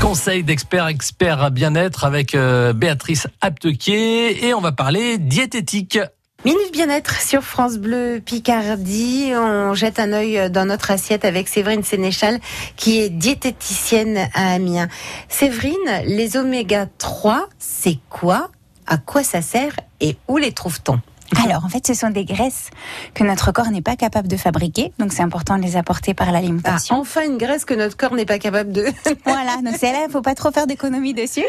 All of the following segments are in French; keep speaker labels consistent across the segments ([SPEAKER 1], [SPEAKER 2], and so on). [SPEAKER 1] conseils d'experts, experts à bien-être avec euh, Béatrice Aptequier et on va parler diététique.
[SPEAKER 2] Minute bien-être sur France Bleu Picardie. On jette un œil dans notre assiette avec Séverine Sénéchal, qui est diététicienne à Amiens. Séverine, les oméga 3, c'est quoi À quoi ça sert Et où les trouve-t-on
[SPEAKER 3] alors, en fait, ce sont des graisses que notre corps n'est pas capable de fabriquer, donc c'est important de les apporter par
[SPEAKER 2] Ah,
[SPEAKER 3] l'alimentation.
[SPEAKER 2] Enfin une graisse que notre corps n'est pas capable de...
[SPEAKER 3] Voilà, donc c'est là, il faut pas trop faire d'économie dessus.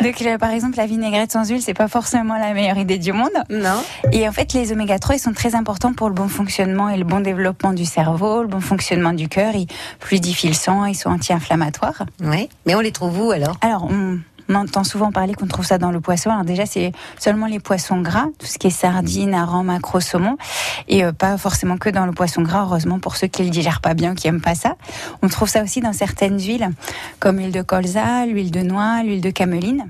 [SPEAKER 3] Donc, le- par exemple, la vinaigrette sans huile, c'est pas forcément la meilleure idée du monde.
[SPEAKER 2] Non
[SPEAKER 3] Et en fait, les oméga 3, ils sont très importants pour le bon fonctionnement et le bon développement du cerveau, le bon fonctionnement du cœur. Ils fluidifient le sang, ils sont anti-inflammatoires.
[SPEAKER 2] Oui. Mais on les trouve où alors
[SPEAKER 3] Alors, on on entend souvent parler qu'on trouve ça dans le poisson. Alors déjà, c'est seulement les poissons gras, tout ce qui est
[SPEAKER 2] Mm.
[SPEAKER 3] sardines, harengs, maquereaux, saumon, et euh, pas forcément que dans le poisson gras. Heureusement pour ceux qui le digèrent pas bien, ou qui aiment pas ça. On trouve ça aussi dans certaines huiles, comme l'huile de colza, l'huile de noix, l'huile de cameline.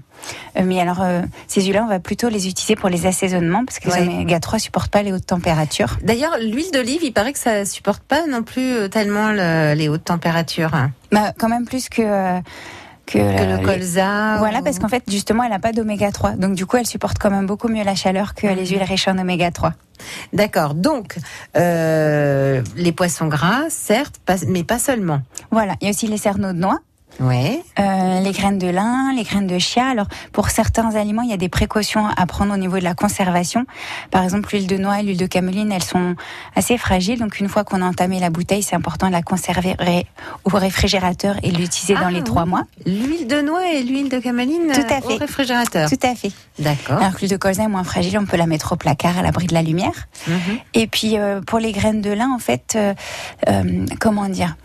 [SPEAKER 3] Euh, mais alors, euh, ces huiles-là, on va plutôt les utiliser pour les assaisonnements, parce que
[SPEAKER 2] Ouais.
[SPEAKER 3] les oméga 3 supportent pas les hautes températures.
[SPEAKER 2] D'ailleurs, l'huile d'olive, il paraît que ça supporte pas non plus euh, tellement le- les hautes températures hein,
[SPEAKER 3] Bah, quand même plus que euh, que,
[SPEAKER 2] que
[SPEAKER 3] euh,
[SPEAKER 2] le colza.
[SPEAKER 3] Voilà,
[SPEAKER 2] ou-
[SPEAKER 3] parce qu'en fait, justement, elle n'a pas d'oméga 3. Donc, du coup, elle supporte quand même beaucoup mieux la chaleur
[SPEAKER 2] Ah.
[SPEAKER 3] que les huiles riches en oméga 3.
[SPEAKER 2] D'accord. Donc, euh, les poissons gras, certes, pas- mais pas seulement.
[SPEAKER 3] Voilà, il y a aussi les cerneaux de noix,
[SPEAKER 2] Ouais.
[SPEAKER 3] euh, les graines de lin, les graines de chia. Alors, pour certains aliments, il y a des précautions à prendre au niveau de la conservation. Par exemple, l'huile de noix et l'huile de cameline, elles sont assez fragiles. Donc, une fois qu'on a entamé la bouteille, c'est important de la conserver ré- au réfrigérateur et l'utiliser dans
[SPEAKER 2] Ah,
[SPEAKER 3] les trois
[SPEAKER 2] oui.
[SPEAKER 3] mois.
[SPEAKER 2] L'huile de noix et l'huile de cameline
[SPEAKER 3] Tout à
[SPEAKER 2] euh, au
[SPEAKER 3] fait.
[SPEAKER 2] réfrigérateur.
[SPEAKER 3] Tout à fait.
[SPEAKER 2] D'accord.
[SPEAKER 3] Alors que l'huile de colza est moins fragile, on peut la mettre au placard à l'abri de la lumière.
[SPEAKER 2] Mhm.
[SPEAKER 3] Et puis euh, pour les graines de lin, en fait, euh, euh, comment dire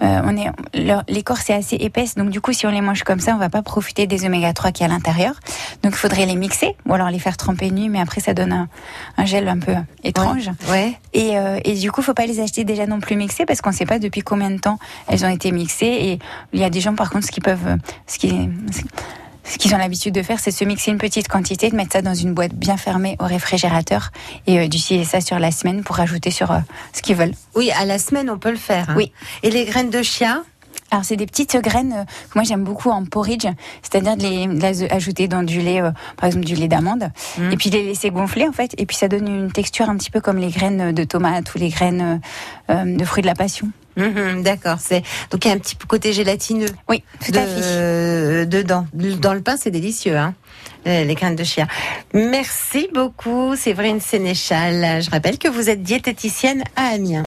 [SPEAKER 3] euh, on est, leur- l'écorce est assez épaisse, donc du coup, si on les mange comme ça, on va pas profiter des oméga 3 qui est à l'intérieur. Donc, il faudrait les mixer, ou alors les faire tremper nuit, mais après, ça donne un, un gel un peu étrange.
[SPEAKER 2] Ouais.
[SPEAKER 3] Et, euh, et du coup, faut pas les acheter déjà non plus mixées parce qu'on sait pas depuis combien de temps elles ont été mixées. Et il y a des gens, par contre, ce qu'ils peuvent, euh, ce qui, ce qu'ils ont l'habitude de faire, c'est de se mixer une petite quantité, de mettre ça dans une boîte bien fermée au réfrigérateur et euh, d'utiliser ça sur la semaine pour ajouter sur euh, ce qu'ils veulent.
[SPEAKER 2] Oui, à la semaine, on peut le faire. hein.
[SPEAKER 3] Oui.
[SPEAKER 2] Et les graines de chia
[SPEAKER 3] Alors, c'est des petites graines euh, que moi j'aime beaucoup en porridge, c'est-à-dire de les, de les ajouter dans du lait, euh, par exemple du lait d'amande,
[SPEAKER 2] Mm.
[SPEAKER 3] et puis les laisser gonfler en fait. Et puis ça donne une texture un petit peu comme les graines de tomates ou les graines euh, euh, de fruits de la passion.
[SPEAKER 2] Mhm, D'accord. C'est Donc, il y a un petit côté gélatineux
[SPEAKER 3] Oui, tout
[SPEAKER 2] de-
[SPEAKER 3] à fait.
[SPEAKER 2] dedans. Dans le pain, c'est délicieux. hein, euh, Les graines de chia. Merci beaucoup, Séverine Sénéchal. Je rappelle que vous êtes diététicienne à Amiens.